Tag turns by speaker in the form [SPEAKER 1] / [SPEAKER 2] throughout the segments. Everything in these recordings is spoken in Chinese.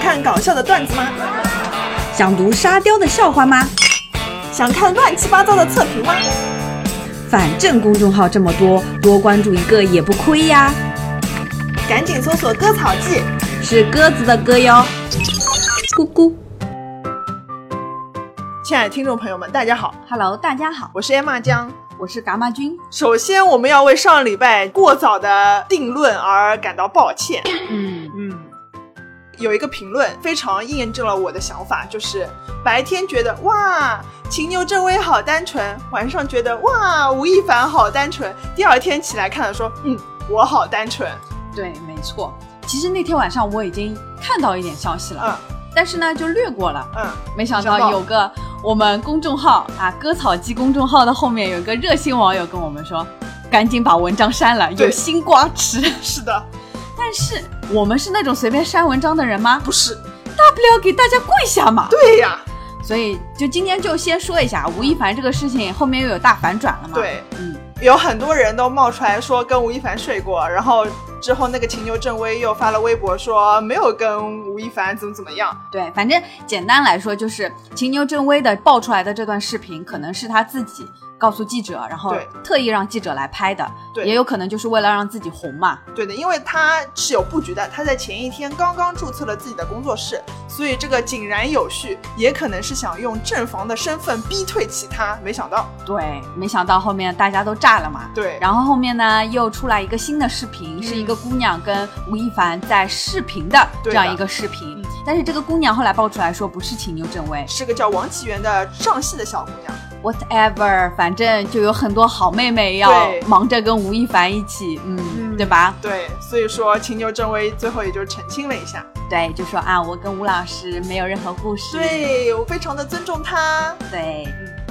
[SPEAKER 1] 看搞笑的段子吗？
[SPEAKER 2] 想读沙雕的笑话吗？
[SPEAKER 1] 想看乱七八糟的测评吗？
[SPEAKER 2] 反正公众号这么多，多关注一个也不亏呀。
[SPEAKER 1] 赶紧搜索“割草记
[SPEAKER 2] 是鸽子的歌哟，咕咕。”。
[SPEAKER 1] 亲爱的听众朋友们，大家好，
[SPEAKER 2] Hello，大家好，
[SPEAKER 1] 我是 Emma 江。
[SPEAKER 2] 我是蛤蟆君。
[SPEAKER 1] 首先，我们要为上礼拜过早的定论而感到抱歉。
[SPEAKER 2] 嗯，
[SPEAKER 1] 嗯，有一个评论非常验证了我的想法，就是白天觉得哇秦牛正威好单纯，晚上觉得哇吴亦凡好单纯，第二天起来看了说嗯我好单纯，
[SPEAKER 2] 对，没错。其实那天晚上我已经看到一点消息
[SPEAKER 1] 嗯
[SPEAKER 2] 了，但是呢就略过了。
[SPEAKER 1] 嗯，
[SPEAKER 2] 没想
[SPEAKER 1] 想到
[SPEAKER 2] 到有个我们公众号啊，割草机公众号的后面有一个热心网友跟我们说，赶紧把文章删了，
[SPEAKER 1] 对
[SPEAKER 2] 有新瓜吃。
[SPEAKER 1] 是的，
[SPEAKER 2] 但是我们是那种随便删文章的人吗？
[SPEAKER 1] 不是，
[SPEAKER 2] 大不了给大家跪下嘛。
[SPEAKER 1] 对呀，
[SPEAKER 2] 所以就今天就先说一下吴亦凡这个事情，后面又有大反转了嘛。，
[SPEAKER 1] 对，
[SPEAKER 2] 嗯，
[SPEAKER 1] 有很多人都冒出来说跟吴亦凡睡过，然后之后那个秦牛正威又发了微博说没有跟吴亦凡怎么怎么样，
[SPEAKER 2] 对，反正简单来说就是秦牛正威的爆出来的这段视频，可能是他自己告诉记者，然后
[SPEAKER 1] 对
[SPEAKER 2] 特意让记者来拍的，
[SPEAKER 1] 对
[SPEAKER 2] 也有可能就是为了让自己红嘛。
[SPEAKER 1] 对的，因为他是有布局的，他在前一天刚刚注册了自己的工作室，所以这个井然有序，也可能是想用正房的身份逼退其他。没想到，
[SPEAKER 2] 对，没想到后面大家都炸了嘛。
[SPEAKER 1] 对，
[SPEAKER 2] 然后后面呢，又出来一个新的视频，
[SPEAKER 1] 嗯
[SPEAKER 2] 是一个姑娘跟吴亦凡在视频的
[SPEAKER 1] 对
[SPEAKER 2] 这
[SPEAKER 1] 的
[SPEAKER 2] 样一个视频
[SPEAKER 1] 嗯。
[SPEAKER 2] 但是这个姑娘后来爆出来说不是秦牛正威
[SPEAKER 1] 是个叫王启源的上戏的小姑娘，
[SPEAKER 2] ，whatever，反正就有很多好妹妹要
[SPEAKER 1] 对
[SPEAKER 2] 忙着跟吴亦凡一起，嗯，
[SPEAKER 1] 嗯
[SPEAKER 2] 对吧？
[SPEAKER 1] 对，所以说秦牛正威最后也就澄清了一下，
[SPEAKER 2] 对，就说啊，我跟吴老师没有任何故事。
[SPEAKER 1] 对我非常的尊重他
[SPEAKER 2] 对，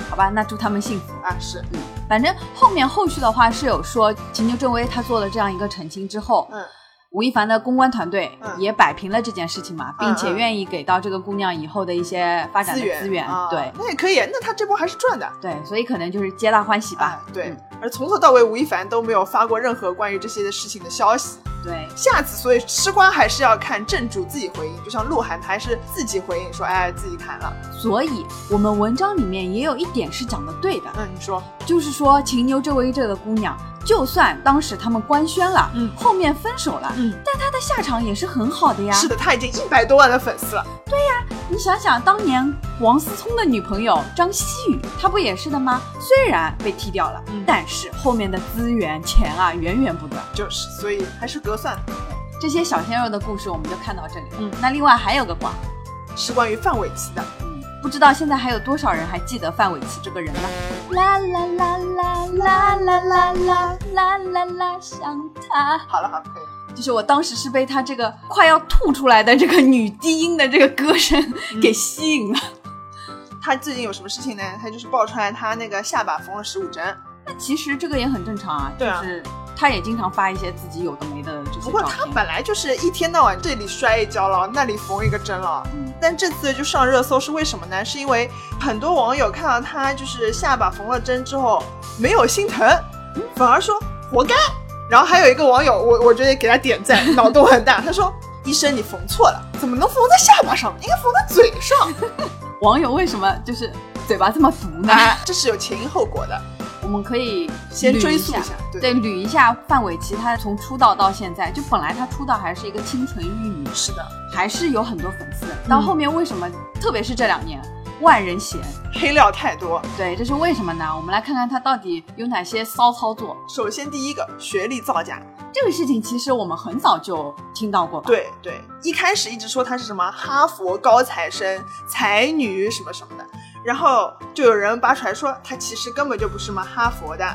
[SPEAKER 2] 好吧，那祝他们幸福。
[SPEAKER 1] 啊，是，
[SPEAKER 2] 反正后面后续的话是有说，秦牛正威他做了这样一个澄清之后，
[SPEAKER 1] 嗯，
[SPEAKER 2] 吴亦凡的公关团队
[SPEAKER 1] 嗯
[SPEAKER 2] 也摆平了这件事情嘛，
[SPEAKER 1] 嗯
[SPEAKER 2] 并且愿意给到这个姑娘以后的一些发展
[SPEAKER 1] 资
[SPEAKER 2] 的
[SPEAKER 1] 源
[SPEAKER 2] 资源，
[SPEAKER 1] 啊，
[SPEAKER 2] 对
[SPEAKER 1] 那也可以，那他这波还是赚的
[SPEAKER 2] 对，所以可能就是皆大欢喜吧
[SPEAKER 1] 啊，，对
[SPEAKER 2] 嗯，
[SPEAKER 1] 而从头到尾吴亦凡都没有发过任何关于这些的事情的消息。
[SPEAKER 2] 对
[SPEAKER 1] 下次，所以吃瓜还是要看正主自己回应，就像鹿晗，他还是自己回应说，哎，自己砍了。
[SPEAKER 2] 所以我们文章里面也有一点是讲的对的，
[SPEAKER 1] 嗯，你说，
[SPEAKER 2] 就是说秦牛这位这个姑娘，就算当时他们官宣了，
[SPEAKER 1] 嗯
[SPEAKER 2] 后面分手了，
[SPEAKER 1] 嗯
[SPEAKER 2] 但她的下场也是很好的呀。
[SPEAKER 1] 是的，他已经一百多万的粉丝了，
[SPEAKER 2] 你想想，当年王思聪的女朋友张馨予，她不也是的吗？虽然被踢掉了，
[SPEAKER 1] 嗯
[SPEAKER 2] 但是后面的资源钱啊源源不断。
[SPEAKER 1] 就是，所以还是隔算的，
[SPEAKER 2] 这些小鲜肉的故事我们就看到这里了。
[SPEAKER 1] 嗯
[SPEAKER 2] 那另外还有个瓜，
[SPEAKER 1] 是关于范玮琪的。
[SPEAKER 2] 嗯，不知道现在还有多少人还记得范玮琪这个人呢？啦啦啦啦啦啦啦啦啦啦啦，想他。
[SPEAKER 1] 好了，好了，可以，
[SPEAKER 2] 就是我当时是被他这个快要吐出来的这个女低音的这个歌声给吸引
[SPEAKER 1] 嗯
[SPEAKER 2] 了。
[SPEAKER 1] 他最近有什么事情呢？他就是爆出来他那个下巴缝了十五针，
[SPEAKER 2] 那、其实这个也很正常啊，
[SPEAKER 1] 对啊
[SPEAKER 2] 就是他也经常发一些自己有的没的这
[SPEAKER 1] 不
[SPEAKER 2] 些
[SPEAKER 1] 过
[SPEAKER 2] 照
[SPEAKER 1] 他
[SPEAKER 2] 片。
[SPEAKER 1] 本来就是一天到晚这里摔一跤了，那里缝一个针了。
[SPEAKER 2] 嗯
[SPEAKER 1] 但这次就上热搜是为什么呢？是因为很多网友看到他就是下巴缝了针之后没有心疼，
[SPEAKER 2] 嗯
[SPEAKER 1] 反而说活该。然后还有一个网友，我我觉得给他点赞，脑洞很大，他说。医生，你缝错了，怎么能缝在下巴上？应该缝在嘴 上。
[SPEAKER 2] 网友为什么就是嘴巴这么毒呢？
[SPEAKER 1] 哎，这是有前因后果的，
[SPEAKER 2] 我们可以
[SPEAKER 1] 先追溯
[SPEAKER 2] 捋一下。
[SPEAKER 1] 对，
[SPEAKER 2] 对，捋一下范玮琪，她从出道到现在，就本来她出道还是一个清纯玉女，
[SPEAKER 1] 是的，
[SPEAKER 2] 还是有很多粉丝。
[SPEAKER 1] 嗯
[SPEAKER 2] 到后面为什么，特别是这两年，万人嫌？
[SPEAKER 1] 黑料太多。
[SPEAKER 2] 对，这是为什么呢？我们来看看她到底有哪些骚操作。
[SPEAKER 1] 首先第一个，学历造假。
[SPEAKER 2] 这个事情其实我们很早就听到过吧？，
[SPEAKER 1] 对对，一开始一直说她是什么哈佛高材生、才女什么什么的，然后就有人扒出来说她其实根本就不是什么哈佛的，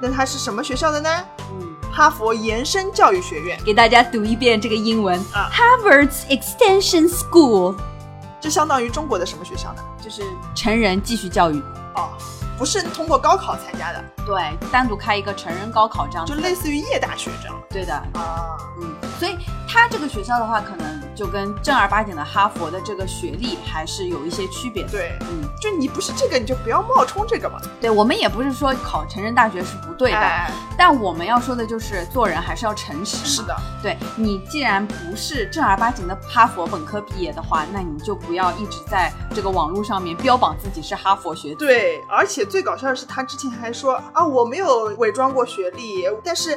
[SPEAKER 1] 那她是什么学校的呢？
[SPEAKER 2] 嗯，
[SPEAKER 1] 哈佛延伸教育学院。
[SPEAKER 2] 给大家读一遍这个英文、
[SPEAKER 1] 啊
[SPEAKER 2] h a r v a r d s Extension School，
[SPEAKER 1] 这相当于中国的什么学校呢？
[SPEAKER 2] 就是成人继续教育。
[SPEAKER 1] 哦，不是通过高考参加的，
[SPEAKER 2] 对，单独开一个成人高考这样
[SPEAKER 1] 就
[SPEAKER 2] 子。
[SPEAKER 1] 类似于夜大学这样
[SPEAKER 2] 对的，
[SPEAKER 1] 啊。
[SPEAKER 2] 嗯，所以他这个学校的话，可能就跟正儿八经的哈佛的这个学历还是有一些区别的。
[SPEAKER 1] 对，
[SPEAKER 2] 嗯，
[SPEAKER 1] 就你不是这个，你就不要冒充这个嘛。
[SPEAKER 2] 对，我们也不是说考成人大学是不对的，
[SPEAKER 1] 哎，
[SPEAKER 2] 但我们要说的就是做人还是要诚实。
[SPEAKER 1] 是，的，
[SPEAKER 2] 对你既然不是正儿八经的哈佛本科毕业的话，那你就不要一直在这个网络上面标榜自己是哈佛学子。
[SPEAKER 1] 对。而且最搞笑的是，他之前还说啊，我没有伪装过学历，但是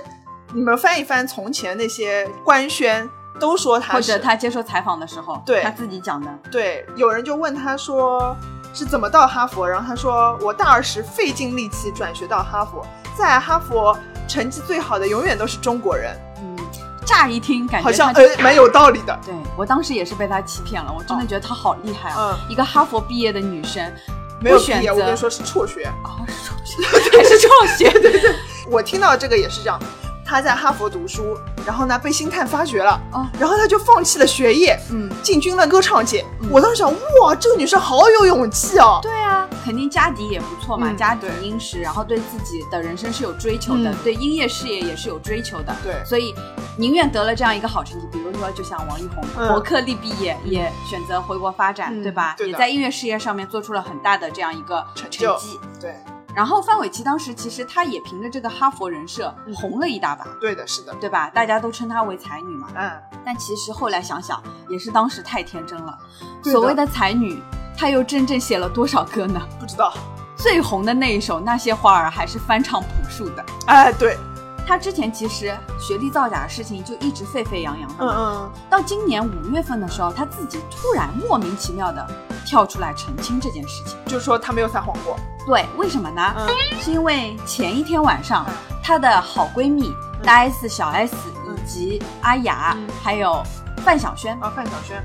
[SPEAKER 1] 你们翻一翻从前那些官宣，都说他
[SPEAKER 2] 或
[SPEAKER 1] 是
[SPEAKER 2] 者他接受采访的时候，
[SPEAKER 1] 对
[SPEAKER 2] 他自己讲的，
[SPEAKER 1] 对，有人就问他说是怎么到哈佛，然后他说我大二时费尽力气转学到哈佛，在哈佛成绩最好的永远都是中国人，
[SPEAKER 2] 嗯，乍一听感觉
[SPEAKER 1] 好像
[SPEAKER 2] 他就
[SPEAKER 1] 呃蛮有道理的。
[SPEAKER 2] 对我当时也是被他欺骗了，我真的觉得他好厉害啊！
[SPEAKER 1] 嗯，
[SPEAKER 2] 一个哈佛毕业的女生，
[SPEAKER 1] 没有
[SPEAKER 2] 不选
[SPEAKER 1] 毕业，
[SPEAKER 2] 择
[SPEAKER 1] 我跟你说是辍学。
[SPEAKER 2] 哦，是辍学 还是辍学？ 对对
[SPEAKER 1] 我听到这个也是这样，他在哈佛读书，然后呢被星探发掘了，
[SPEAKER 2] 哦
[SPEAKER 1] 然后他就放弃了学业，
[SPEAKER 2] 嗯，
[SPEAKER 1] 进军了歌唱界。
[SPEAKER 2] 嗯
[SPEAKER 1] 我当时想，哇，这个女生好有勇气哦。
[SPEAKER 2] 对啊，肯定家底也不错嘛，
[SPEAKER 1] 嗯
[SPEAKER 2] 家底殷实，然后对自己的人生是有追求的，
[SPEAKER 1] 嗯
[SPEAKER 2] 对音乐事业也是有追求的，
[SPEAKER 1] 对
[SPEAKER 2] 所以宁愿得了这样一个好成绩，比如说就像王力宏，
[SPEAKER 1] 嗯
[SPEAKER 2] 伯克利毕业也选择回国发展，
[SPEAKER 1] 嗯
[SPEAKER 2] 对吧？
[SPEAKER 1] 对的
[SPEAKER 2] 也在音乐事业上面做出了很大的这样一个
[SPEAKER 1] 成
[SPEAKER 2] 绩
[SPEAKER 1] 就。对
[SPEAKER 2] 然后范玮琪当时其实她也凭着这个哈佛人设
[SPEAKER 1] 嗯
[SPEAKER 2] 红了一大把，
[SPEAKER 1] 对的，是的，
[SPEAKER 2] 对吧？大家都称她为才女嘛。
[SPEAKER 1] 嗯，
[SPEAKER 2] 但其实后来想想，也是当时太天真了。
[SPEAKER 1] 对的
[SPEAKER 2] 所谓的才女，她又真正写了多少歌呢？
[SPEAKER 1] 不知道，
[SPEAKER 2] 最红的那一首《那些花儿》还是翻唱朴树的。
[SPEAKER 1] 哎，对，
[SPEAKER 2] 她之前其实学历造假的事情就一直沸沸扬扬的
[SPEAKER 1] 嗯
[SPEAKER 2] 嘛。
[SPEAKER 1] 嗯，
[SPEAKER 2] 到今年五月份的时候，她自己突然莫名其妙的跳出来澄清这件事情。
[SPEAKER 1] 就说他没有撒谎过，
[SPEAKER 2] 对，为什么呢？
[SPEAKER 1] 嗯
[SPEAKER 2] 是因为前一天晚上
[SPEAKER 1] 嗯，
[SPEAKER 2] 她的好闺蜜大 S、小 S 以及阿雅
[SPEAKER 1] 嗯，
[SPEAKER 2] 还有范晓萱，
[SPEAKER 1] 啊，范晓萱，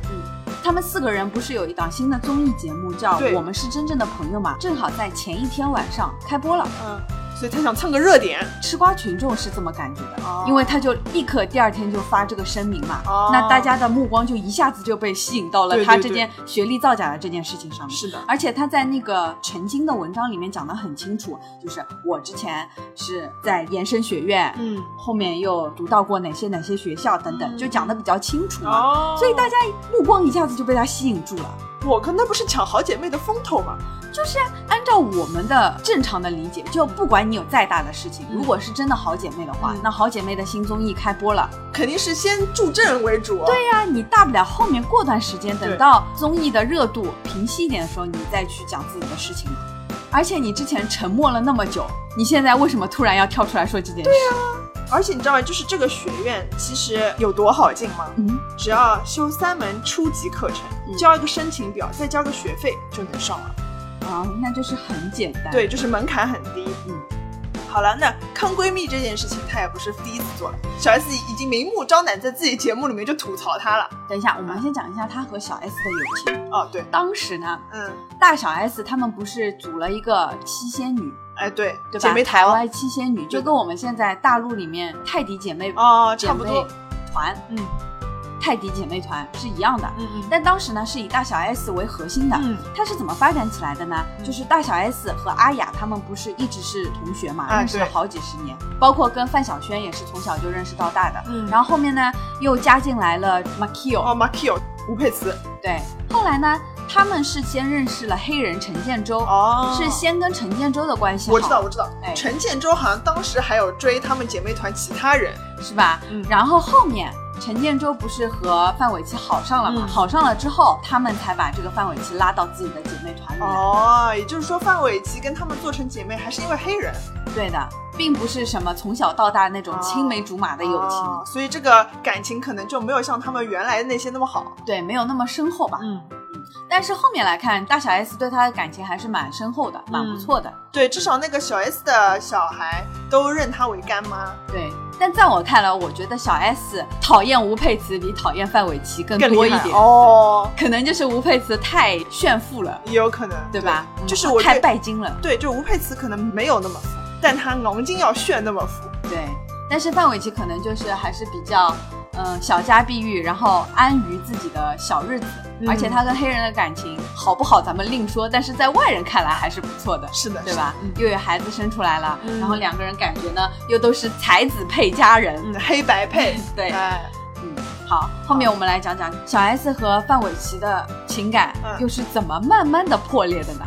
[SPEAKER 2] 他们四个人不是有一档新的综艺节目叫
[SPEAKER 1] 对
[SPEAKER 2] 《我们是真正的朋友》嘛？正好在前一天晚上开播了。
[SPEAKER 1] 嗯，所以他想蹭个热点，
[SPEAKER 2] 吃瓜群众是这么感觉的，
[SPEAKER 1] 哦
[SPEAKER 2] 因为他就立刻第二天就发这个声明嘛，
[SPEAKER 1] 哦
[SPEAKER 2] 那大家的目光就一下子就被吸引到了
[SPEAKER 1] 对
[SPEAKER 2] 他
[SPEAKER 1] 对
[SPEAKER 2] 这
[SPEAKER 1] 对
[SPEAKER 2] 件学历造假的这件事情上面。
[SPEAKER 1] 是的，
[SPEAKER 2] 而且他在那个澄清的文章里面讲得很清楚，就是我之前是在延伸学院，
[SPEAKER 1] 嗯，
[SPEAKER 2] 后面又读到过哪些哪些学校等等，
[SPEAKER 1] 嗯
[SPEAKER 2] 就讲得比较清楚嘛，
[SPEAKER 1] 哦，
[SPEAKER 2] 所以大家目光一下子就被他吸引住了。
[SPEAKER 1] 我靠，那不是抢好姐妹的风头吗？
[SPEAKER 2] 就是按照我们的正常的理解，就不管你有再大的事情，
[SPEAKER 1] 嗯
[SPEAKER 2] 如果是真的好姐妹的话，
[SPEAKER 1] 嗯
[SPEAKER 2] 那好姐妹的新综艺开播了，
[SPEAKER 1] 肯定是先助阵为主，对
[SPEAKER 2] 对呀、你大不了后面过段时间，
[SPEAKER 1] 对
[SPEAKER 2] 等到综艺的热度平息一点的时候，你再去讲自己的事情嘛。而且你之前沉默了那么久，你现在为什么突然要跳出来说这件事？
[SPEAKER 1] 啊而且你知道吗？就是这个学院其实有多好进吗？
[SPEAKER 2] 嗯，
[SPEAKER 1] 只要修三门初级课程，
[SPEAKER 2] 嗯
[SPEAKER 1] 交一个申请表，再交个学费就能上了。
[SPEAKER 2] 啊，那就是很简单。
[SPEAKER 1] 对，，就是门槛很低。
[SPEAKER 2] 嗯，
[SPEAKER 1] 好了，那坑闺蜜这件事情，她也不是第一次做了。小 S 已经明目张胆在自己节目里面就吐槽她了。
[SPEAKER 2] 等一下，我们先讲一下他和小 S 的友情。
[SPEAKER 1] 哦，对，
[SPEAKER 2] 当时呢，
[SPEAKER 1] 嗯，
[SPEAKER 2] 大小 S 他们不是组了一个七仙女
[SPEAKER 1] 哎，对，
[SPEAKER 2] 对吧？
[SPEAKER 1] 姐妹
[SPEAKER 2] 台
[SPEAKER 1] 淘
[SPEAKER 2] 湾七仙女就跟我们现在大陆里面泰迪姐妹
[SPEAKER 1] 哦，
[SPEAKER 2] 姐
[SPEAKER 1] 差不
[SPEAKER 2] 妹
[SPEAKER 1] 多。
[SPEAKER 2] 团、
[SPEAKER 1] 嗯
[SPEAKER 2] 泰迪姐妹团是一样的。
[SPEAKER 1] 嗯嗯
[SPEAKER 2] 但当时呢是以大小 S 为核心的。
[SPEAKER 1] 嗯，
[SPEAKER 2] 它是怎么发展起来的呢？
[SPEAKER 1] 嗯
[SPEAKER 2] 就是大小 S 和阿雅她们不是一直是同学嘛，
[SPEAKER 1] 啊
[SPEAKER 2] 认识了
[SPEAKER 1] 对
[SPEAKER 2] 好几十年，包括跟范晓萱也是从小就认识到大的。
[SPEAKER 1] 嗯
[SPEAKER 2] 然后后面呢又加进来了 Makio，、
[SPEAKER 1] 哦 m a k i o 吴佩慈。
[SPEAKER 2] 对，后来呢他们是先认识了黑人陈建州，
[SPEAKER 1] 哦
[SPEAKER 2] 是先跟陈建州的关系好，
[SPEAKER 1] 我知道，我知道
[SPEAKER 2] 哎，
[SPEAKER 1] 陈建州好像当时还有追她们姐妹团其他人。
[SPEAKER 2] 是吧？
[SPEAKER 1] 嗯
[SPEAKER 2] 然后后面陈建州不是和范玮琪好上了嘛？
[SPEAKER 1] 嗯
[SPEAKER 2] 好上了之后，他们才把这个范玮琪拉到自己的姐妹团里来。
[SPEAKER 1] 哦，也就是说范玮琪跟她们做成姐妹，还是因为黑人
[SPEAKER 2] 对的，并不是什么从小到大那种青梅竹马的友情，
[SPEAKER 1] 哦所以这个感情可能就没有像她们原来那些那么好。
[SPEAKER 2] 对，没有那么深厚吧。
[SPEAKER 1] 嗯，
[SPEAKER 2] 但是后面来看，大小 S 对他的感情还是蛮深厚
[SPEAKER 1] 嗯
[SPEAKER 2] 的，蛮不错的。
[SPEAKER 1] 对，至少那个小 S 的小孩都认她为干妈，
[SPEAKER 2] 对，但在我看来，我觉得小 S 讨厌吴佩慈比讨厌范玮琪更
[SPEAKER 1] 更
[SPEAKER 2] 多一
[SPEAKER 1] 厉害
[SPEAKER 2] 点，
[SPEAKER 1] 哦，
[SPEAKER 2] 可能就是吴佩慈太炫富了，
[SPEAKER 1] 也有可能，
[SPEAKER 2] 对吧？嗯
[SPEAKER 1] 就是我
[SPEAKER 2] 太
[SPEAKER 1] 对
[SPEAKER 2] 拜金了。
[SPEAKER 1] 对，就吴佩慈可能没有那么富，但她昂劲要炫那么富。
[SPEAKER 2] 对，但是范玮琪可能就是还是比较，嗯、小家碧玉，然后安于自己的小日子。
[SPEAKER 1] 嗯
[SPEAKER 2] 而且他跟黑人的感情好不好，咱们另说，但是在外人看来还是不错的，
[SPEAKER 1] 是的，
[SPEAKER 2] 对吧？
[SPEAKER 1] 是的？
[SPEAKER 2] 又有孩子生出来了，
[SPEAKER 1] 嗯
[SPEAKER 2] 然后两个人感觉呢，又都是才子配佳人，
[SPEAKER 1] 嗯，嗯黑白配，
[SPEAKER 2] 对，
[SPEAKER 1] 哎，
[SPEAKER 2] 嗯，好，后面我们来讲讲小 S 和范玮琪的情感
[SPEAKER 1] 嗯
[SPEAKER 2] 又是怎么慢慢的破裂的呢？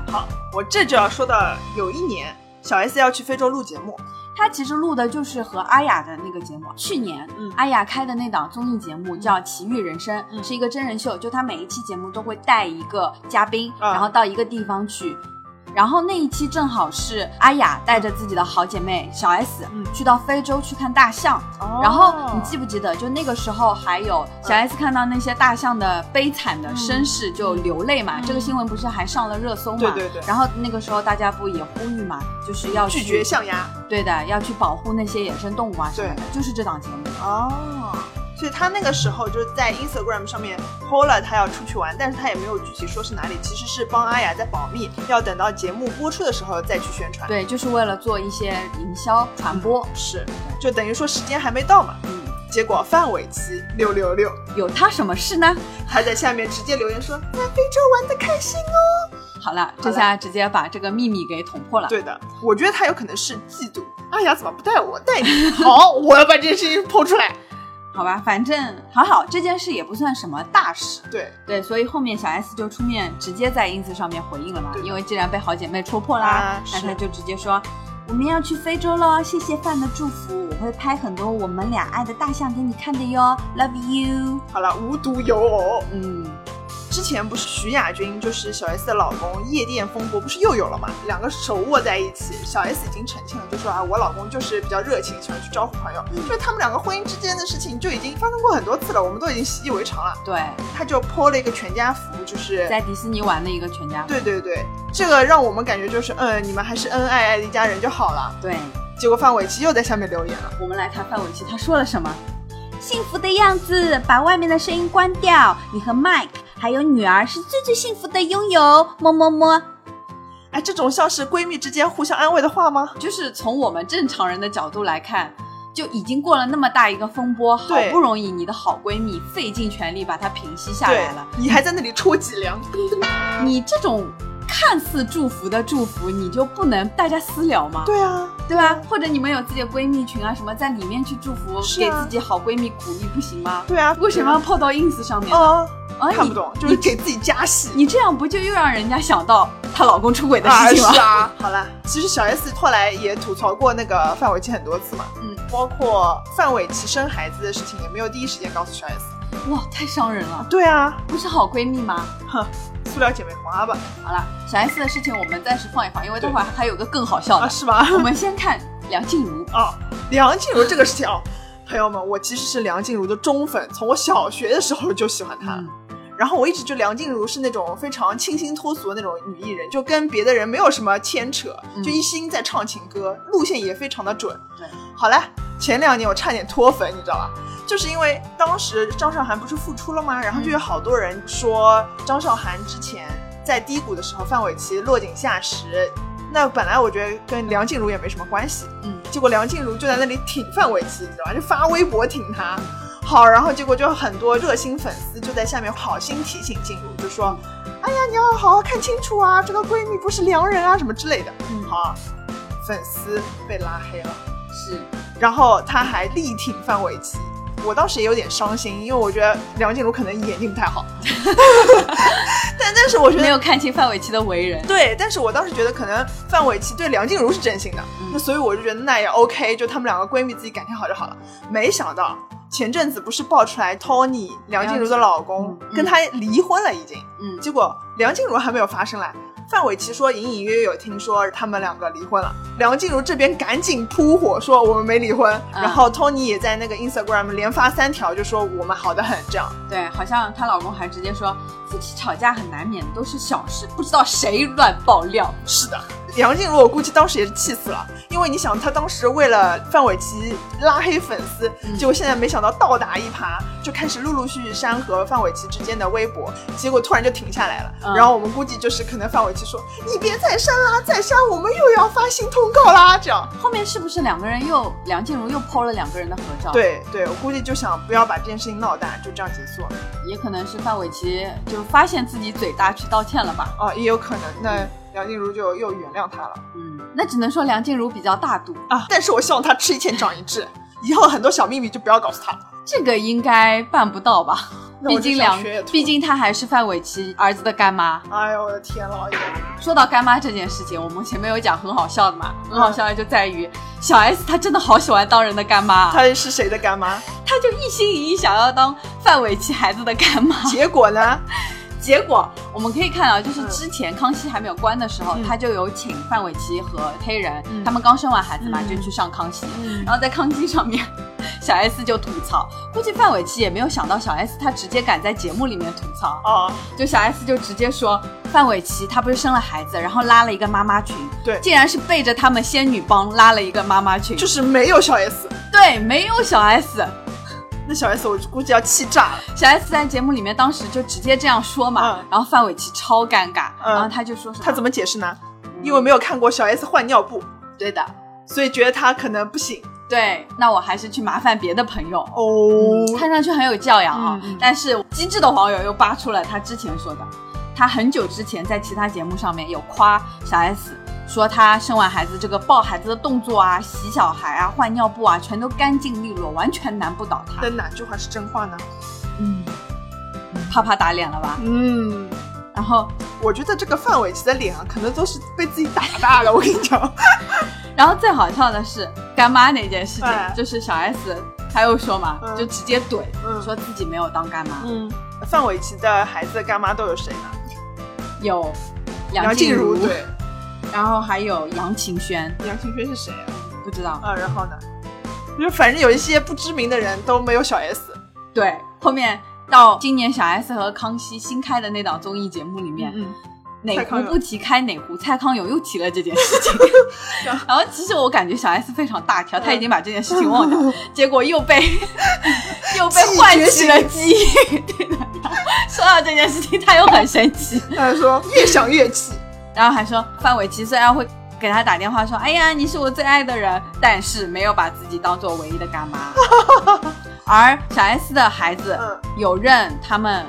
[SPEAKER 1] 我这就要说到有一年，小 S 要去非洲录节目，
[SPEAKER 2] 他其实录的就是和阿雅的那个节目。去年，
[SPEAKER 1] 嗯
[SPEAKER 2] 阿雅开的那档综艺节目叫《奇遇人生》，
[SPEAKER 1] 嗯
[SPEAKER 2] 是一个真人秀，就他每一期节目都会带一个嘉宾，
[SPEAKER 1] 啊
[SPEAKER 2] 然后到一个地方去。然后那一期正好是阿雅带着自己的好姐妹小 S，、
[SPEAKER 1] 嗯哦
[SPEAKER 2] 去到非洲去看大象。然后你记不记得，就那个时候还
[SPEAKER 1] 嗯
[SPEAKER 2] 有小 S 看到那些大象的悲惨的身世就流泪嘛，
[SPEAKER 1] 嗯
[SPEAKER 2] 这个新闻不是还上了热搜嘛？
[SPEAKER 1] 对对对
[SPEAKER 2] 然后那个时候大家不也呼吁嘛，就是要
[SPEAKER 1] 拒
[SPEAKER 2] 去
[SPEAKER 1] 绝象牙
[SPEAKER 2] 对的，要去保护那些野生动物啊什么的，就是这档节目。
[SPEAKER 1] 哦。所以他那个时候就是在 Instagram 上面 PO 了他要出去玩，但是他也没有具体说是哪里，其实是帮阿雅在保密，要等到节目播出的时候再去宣传。，
[SPEAKER 2] 对，就是为了做一些营销传播。
[SPEAKER 1] 是，就等于说时间还没到嘛。
[SPEAKER 2] 嗯，
[SPEAKER 1] 结果范玮琪六六六，
[SPEAKER 2] 有他什么事呢？
[SPEAKER 1] 他在下面直接留言说在非洲玩的开心哦。
[SPEAKER 2] 好了，这下直接把这个秘密给捅破了。，
[SPEAKER 1] 对的，我觉得他有可能是嫉妒。阿雅怎么不带我 带你？好，哦我要把这件事情剖出来。
[SPEAKER 2] 好吧，反正还好，这件事也不算什么大事。
[SPEAKER 1] 对，
[SPEAKER 2] 对，所以后面小 S 就出面直接在 ins 上面回应了嘛
[SPEAKER 1] 对，的
[SPEAKER 2] 因为既然被好姐妹戳破啦，
[SPEAKER 1] 啊
[SPEAKER 2] 那
[SPEAKER 1] 是
[SPEAKER 2] 她就直接说。我们要去非洲了，谢谢范的祝福，我会拍很多我们俩爱的大象给你看的哟，love you。
[SPEAKER 1] 好了，无独有偶，
[SPEAKER 2] 嗯，
[SPEAKER 1] 之前不是徐亚军就是小 S 的老公夜店风波不是又有了嘛？两个手握在一起，小 S 已经澄清了，就说啊，我老公就是比较热情，喜欢去招呼朋
[SPEAKER 2] 嗯
[SPEAKER 1] 友，就是他们两个婚姻之间的事情就已经发生过很多次了，我们都已经习以为常了。
[SPEAKER 2] 对，
[SPEAKER 1] 他就泼了一个全家福，就是
[SPEAKER 2] 在迪士尼玩的一个全家福。
[SPEAKER 1] 对对对，这个让我们感觉就是，嗯，你们还是恩恩爱爱的一家人就好了。
[SPEAKER 2] 对，
[SPEAKER 1] 结果范玮琪又在下面留言了，
[SPEAKER 2] 我们来看范玮琪他说了什么。幸福的样子，把外面的声音关掉。你和 Mike 还有女儿是最最幸福的拥有，么么么。
[SPEAKER 1] 哎，这种像是闺蜜之间互相安慰的话吗？
[SPEAKER 2] 就是从我们正常人的角度来看，就已经过了那么大一个风波，好
[SPEAKER 1] 对
[SPEAKER 2] 不容易你的好闺蜜费尽全力把它平息下
[SPEAKER 1] 对
[SPEAKER 2] 来了，，
[SPEAKER 1] 你还在那里戳脊梁，
[SPEAKER 2] 你这种看似祝福的祝福，你就不能大家私聊吗？
[SPEAKER 1] 对啊，
[SPEAKER 2] 对吧？或者你们有自己的闺蜜群啊，什么在里面去祝福，
[SPEAKER 1] 是
[SPEAKER 2] 给
[SPEAKER 1] 啊
[SPEAKER 2] 自己好闺蜜鼓励，不行吗？
[SPEAKER 1] 对啊，
[SPEAKER 2] 为什么要泡到 ins 上面呢？
[SPEAKER 1] 啊？
[SPEAKER 2] 啊，
[SPEAKER 1] 看
[SPEAKER 2] 你
[SPEAKER 1] 不懂，就是给自己加戏。
[SPEAKER 2] 你这样不就又让人家想到她老公出轨的
[SPEAKER 1] 啊
[SPEAKER 2] 事情吗？
[SPEAKER 1] 是 啊，好啦，其实小 S 后来也吐槽过那个范玮琪很多次嘛，
[SPEAKER 2] 嗯，
[SPEAKER 1] 包括范玮琪生孩子的事情也没有第一时间告诉小 S。
[SPEAKER 2] 哇，太伤人了，
[SPEAKER 1] 对啊，
[SPEAKER 2] 不是好闺蜜吗？
[SPEAKER 1] 塑料姐妹花吧？
[SPEAKER 2] 好了，小 S 的事情我们暂时放一放，因为
[SPEAKER 1] 对
[SPEAKER 2] 待会儿还有个更好笑
[SPEAKER 1] 啊，
[SPEAKER 2] 的。
[SPEAKER 1] 是吗？
[SPEAKER 2] 我们先看梁静茹，
[SPEAKER 1] 哦，梁静茹这个事情哦，朋友们，我其实是梁静茹的忠粉，从我小学的时候就喜欢她。
[SPEAKER 2] 嗯
[SPEAKER 1] 然后我一直觉得梁静茹是那种非常清新脱俗的那种女艺人，就跟别的人没有什么牵扯，
[SPEAKER 2] 嗯
[SPEAKER 1] 就一心在唱情歌，路线也非常的准。
[SPEAKER 2] 对，
[SPEAKER 1] 好了，前两年我差点脱粉，你知道吧？就是因为当时张韶涵不是复出了吗？然后就有好多人说张韶涵之前在低谷的时候，范玮琪落井下石。那本来我觉得跟梁静茹也没什么关系，
[SPEAKER 2] 嗯，
[SPEAKER 1] 结果梁静茹就在那里挺范玮琪，你知道吗？就发微博挺她。好，然后结果就很多热心粉丝就在下面好心提醒静茹，就说：“哎呀，你要好好看清楚啊，这个闺蜜不是良人啊，什么之类的。”
[SPEAKER 2] 嗯
[SPEAKER 1] 好，粉丝被拉黑了，
[SPEAKER 2] 是
[SPEAKER 1] 然后他还力挺范玮琪。我当时也有点伤心，因为我觉得梁静茹可能眼睛不太好， 但但是我觉得
[SPEAKER 2] 没有看清范玮琪的为人。
[SPEAKER 1] 对，但是我当时觉得可能范玮琪对梁静茹是真心的，
[SPEAKER 2] 嗯
[SPEAKER 1] 那所以我就觉得那也 OK，就她们两个闺蜜自己感情好就好了。没想到前阵子不是爆出来 Tony 梁静茹的老公
[SPEAKER 2] 嗯嗯
[SPEAKER 1] 跟她离婚了，已经，
[SPEAKER 2] 嗯
[SPEAKER 1] 结果梁静茹还没有发声来。范玮琪说，隐隐约约有听说他们两个离婚了。梁静茹这边赶紧扑火说我们没离婚，
[SPEAKER 2] 嗯
[SPEAKER 1] 然后 Tony 也在那个 Instagram 连发三条，就说我们好的很这样。
[SPEAKER 2] 对，好像她老公还直接说，夫妻吵架很难免，都是小事，不知道谁乱爆料。
[SPEAKER 1] 是的，梁静茹，我估计当时也是气死了，因为你想，她当时为了范玮琪拉黑粉丝，
[SPEAKER 2] 嗯
[SPEAKER 1] 结果现在没想到倒打一耙，就开始陆陆续续删和范玮琪之间的微博，结果突然就停下来了。
[SPEAKER 2] 嗯
[SPEAKER 1] 然后我们估计就是可能范玮琪说：“你别再删啦，再删我们又要发新通告啦。”这样，
[SPEAKER 2] 后面是不是两个人又梁静茹又 PO 了两个人的合照？，
[SPEAKER 1] 对对，我估计就想不要把这件事情闹大，就这样结束了。
[SPEAKER 2] 也可能是范玮琪就发现自己嘴大去道歉了吧。
[SPEAKER 1] 啊，也有可能，那梁静茹就又原谅他了。
[SPEAKER 2] 嗯，那只能说梁静茹比较大度。
[SPEAKER 1] 啊！但是我希望他吃一堑长一智，以后很多小秘密就不要告诉他。
[SPEAKER 2] 这个应该办不到吧？
[SPEAKER 1] 那
[SPEAKER 2] 毕
[SPEAKER 1] 我就
[SPEAKER 2] 竟
[SPEAKER 1] 想
[SPEAKER 2] 两
[SPEAKER 1] 学也，吐
[SPEAKER 2] 毕，竟她还是范玮琪儿子的干妈。
[SPEAKER 1] 哎呦我的天，老爷，
[SPEAKER 2] 说到干妈这件事情，我们前面有讲很好笑的嘛，
[SPEAKER 1] 嗯
[SPEAKER 2] 很好笑的就在于小 S 她真的好喜欢当人的干妈啊，她
[SPEAKER 1] 她是谁的干妈？
[SPEAKER 2] 她就一心一意想要当范玮琪孩子的干妈。
[SPEAKER 1] 结果呢？
[SPEAKER 2] 结果我们可以看到，啊就是
[SPEAKER 1] 嗯
[SPEAKER 2] 之前康熙还没有关的时候，
[SPEAKER 1] 嗯
[SPEAKER 2] 她就有请范玮琪和黑人，
[SPEAKER 1] 嗯
[SPEAKER 2] 他们刚生完孩子嘛，
[SPEAKER 1] 嗯
[SPEAKER 2] 就去上康熙。
[SPEAKER 1] 嗯
[SPEAKER 2] 然后在康熙上面，小 S 就吐槽，估计范玮琪也没有想到小 S 她直接敢在节目里面吐槽，
[SPEAKER 1] 哦，
[SPEAKER 2] 就小 S 就直接说范玮琪她不是生了孩子，然后拉了一个妈妈群，
[SPEAKER 1] 对
[SPEAKER 2] 竟然是背着他们仙女帮拉了一个妈妈群，
[SPEAKER 1] 就是是没有小 S，
[SPEAKER 2] 对，没有小 S，
[SPEAKER 1] 那小 S 我估计要气炸了。
[SPEAKER 2] 小 S 在节目里面当时就直接这样说嘛，
[SPEAKER 1] 嗯
[SPEAKER 2] 然后范玮琪超尴尬，
[SPEAKER 1] 嗯
[SPEAKER 2] 然后她就说什么，
[SPEAKER 1] 她怎么解释呢？因为没有看过小 S 换尿布，
[SPEAKER 2] 对的，
[SPEAKER 1] 所以觉得她可能不行
[SPEAKER 2] 对，那我还是去麻烦别的朋友。
[SPEAKER 1] 哦。
[SPEAKER 2] 看上去很有教养啊、
[SPEAKER 1] 嗯嗯
[SPEAKER 2] 但是机智的网友又扒出了他之前说的，他很久之前在其他节目上面有夸小 S，说她生完孩子这个抱孩子的动作啊、洗小孩啊、换尿布啊，全都干净利落，完全难不倒她
[SPEAKER 1] 那。哪句话是真话呢？
[SPEAKER 2] 嗯，啪啪打脸了吧？
[SPEAKER 1] 嗯，
[SPEAKER 2] 然后，
[SPEAKER 1] 我觉得这个范玮琪的脸啊，可能都是被自己打大了。我跟你讲，
[SPEAKER 2] 然后最好笑的是干妈那件事情，
[SPEAKER 1] 哎
[SPEAKER 2] 就是小 S 她又说嘛，
[SPEAKER 1] 嗯
[SPEAKER 2] 就直接怼，
[SPEAKER 1] 嗯
[SPEAKER 2] 说自己没有当干妈，
[SPEAKER 1] 嗯， 范玮琪的孩子的干妈都有谁呢？
[SPEAKER 2] 有
[SPEAKER 1] 梁
[SPEAKER 2] 梁静茹，
[SPEAKER 1] 对，
[SPEAKER 2] 然后还有杨晴轩，
[SPEAKER 1] 杨清轩是谁啊？
[SPEAKER 2] 不知道。
[SPEAKER 1] 啊，然后呢？就是反正有一些不知名的人都没有小 S，
[SPEAKER 2] 对，后面到今年小 S 和康熙新开的那档综艺节目里面，
[SPEAKER 1] 嗯，
[SPEAKER 2] 哪
[SPEAKER 1] 蔡
[SPEAKER 2] 壶
[SPEAKER 1] 康永
[SPEAKER 2] 不提开哪壶，蔡康永又提了这件事情。 然后其实我感觉小 S 非常大条，
[SPEAKER 1] 嗯
[SPEAKER 2] 她已经把这件事 情忘掉，结果又被又被唤起了记忆。对的，然后说到这件事情，她又很生气，
[SPEAKER 1] 他说越想越气，
[SPEAKER 2] 然后还说范玮琪虽然会。给她打电话说：“哎呀，你是我最爱的人，但是没有把自己当做唯一的干妈。” 而小 S 的孩子，
[SPEAKER 1] 嗯
[SPEAKER 2] 有认他们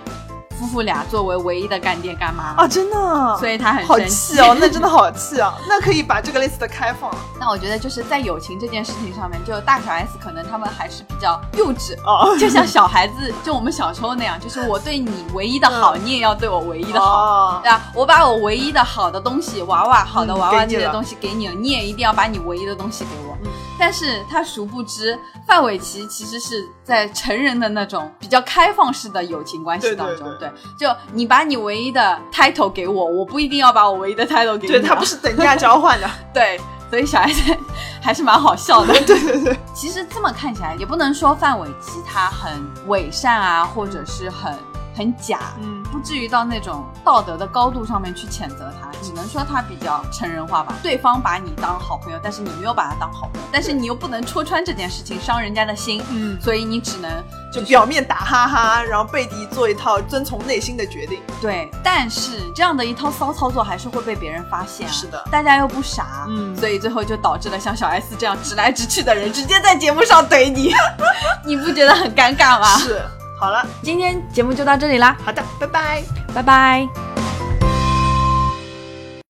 [SPEAKER 2] 夫妇俩作为唯一的干爹干妈，
[SPEAKER 1] 啊，真的啊，
[SPEAKER 2] 所以他很
[SPEAKER 1] 好
[SPEAKER 2] 生
[SPEAKER 1] 气哦，那真的好气 啊，那可以把这个 list 开放了。
[SPEAKER 2] 那我觉得就是在友情这件事情上面，就大小 S 可能他们还是比较幼稚
[SPEAKER 1] 哦，
[SPEAKER 2] 就像小孩子，就我们小时候那样，就是我对你唯一的好，你也要对我唯一的好，
[SPEAKER 1] 嗯哦
[SPEAKER 2] 对吧？我把我唯一的好的东西，娃娃好的
[SPEAKER 1] 嗯
[SPEAKER 2] 娃娃
[SPEAKER 1] 给你
[SPEAKER 2] 这些
[SPEAKER 1] 了
[SPEAKER 2] 东西给你了，你也一定要把你唯一的东西给我。
[SPEAKER 1] 嗯
[SPEAKER 2] 但是他殊不知，范玮琪其实是在成人的那种比较开放式的友情关系
[SPEAKER 1] 对
[SPEAKER 2] 当
[SPEAKER 1] 对
[SPEAKER 2] 中，就你把你唯一的 title 给我，我不一定要把我唯一的 title 给你啊、
[SPEAKER 1] 对他不是等价交换的，
[SPEAKER 2] 对，所以小 S 还是蛮好笑的。
[SPEAKER 1] 对对对，
[SPEAKER 2] 其实这么看起来，也不能说范玮琪她很伪善啊，或者是很很假，
[SPEAKER 1] 嗯，
[SPEAKER 2] 不至于到那种道德的高度上面去谴责他，只能说他比较成人化吧。对方把你当好朋友，但是你没有把他当好朋友，但是你又不能戳穿这件事情，伤人家的心，
[SPEAKER 1] 嗯
[SPEAKER 2] 所以你只能
[SPEAKER 1] 就表面打哈哈，然后背地做一套遵从内心的决定，
[SPEAKER 2] 对。但是这样的一套骚操作还是会被别人发现、啊，
[SPEAKER 1] 是的
[SPEAKER 2] 大家又不傻，
[SPEAKER 1] 嗯
[SPEAKER 2] 所以最后就导致了像小 S 这样直来直去的人直接在节目上怼 你，你不觉得
[SPEAKER 1] 啊
[SPEAKER 2] 很尴尬吗？
[SPEAKER 1] 是，好了，
[SPEAKER 2] 今天节目就到这里啦，
[SPEAKER 1] 好的，拜拜。
[SPEAKER 2] 拜拜。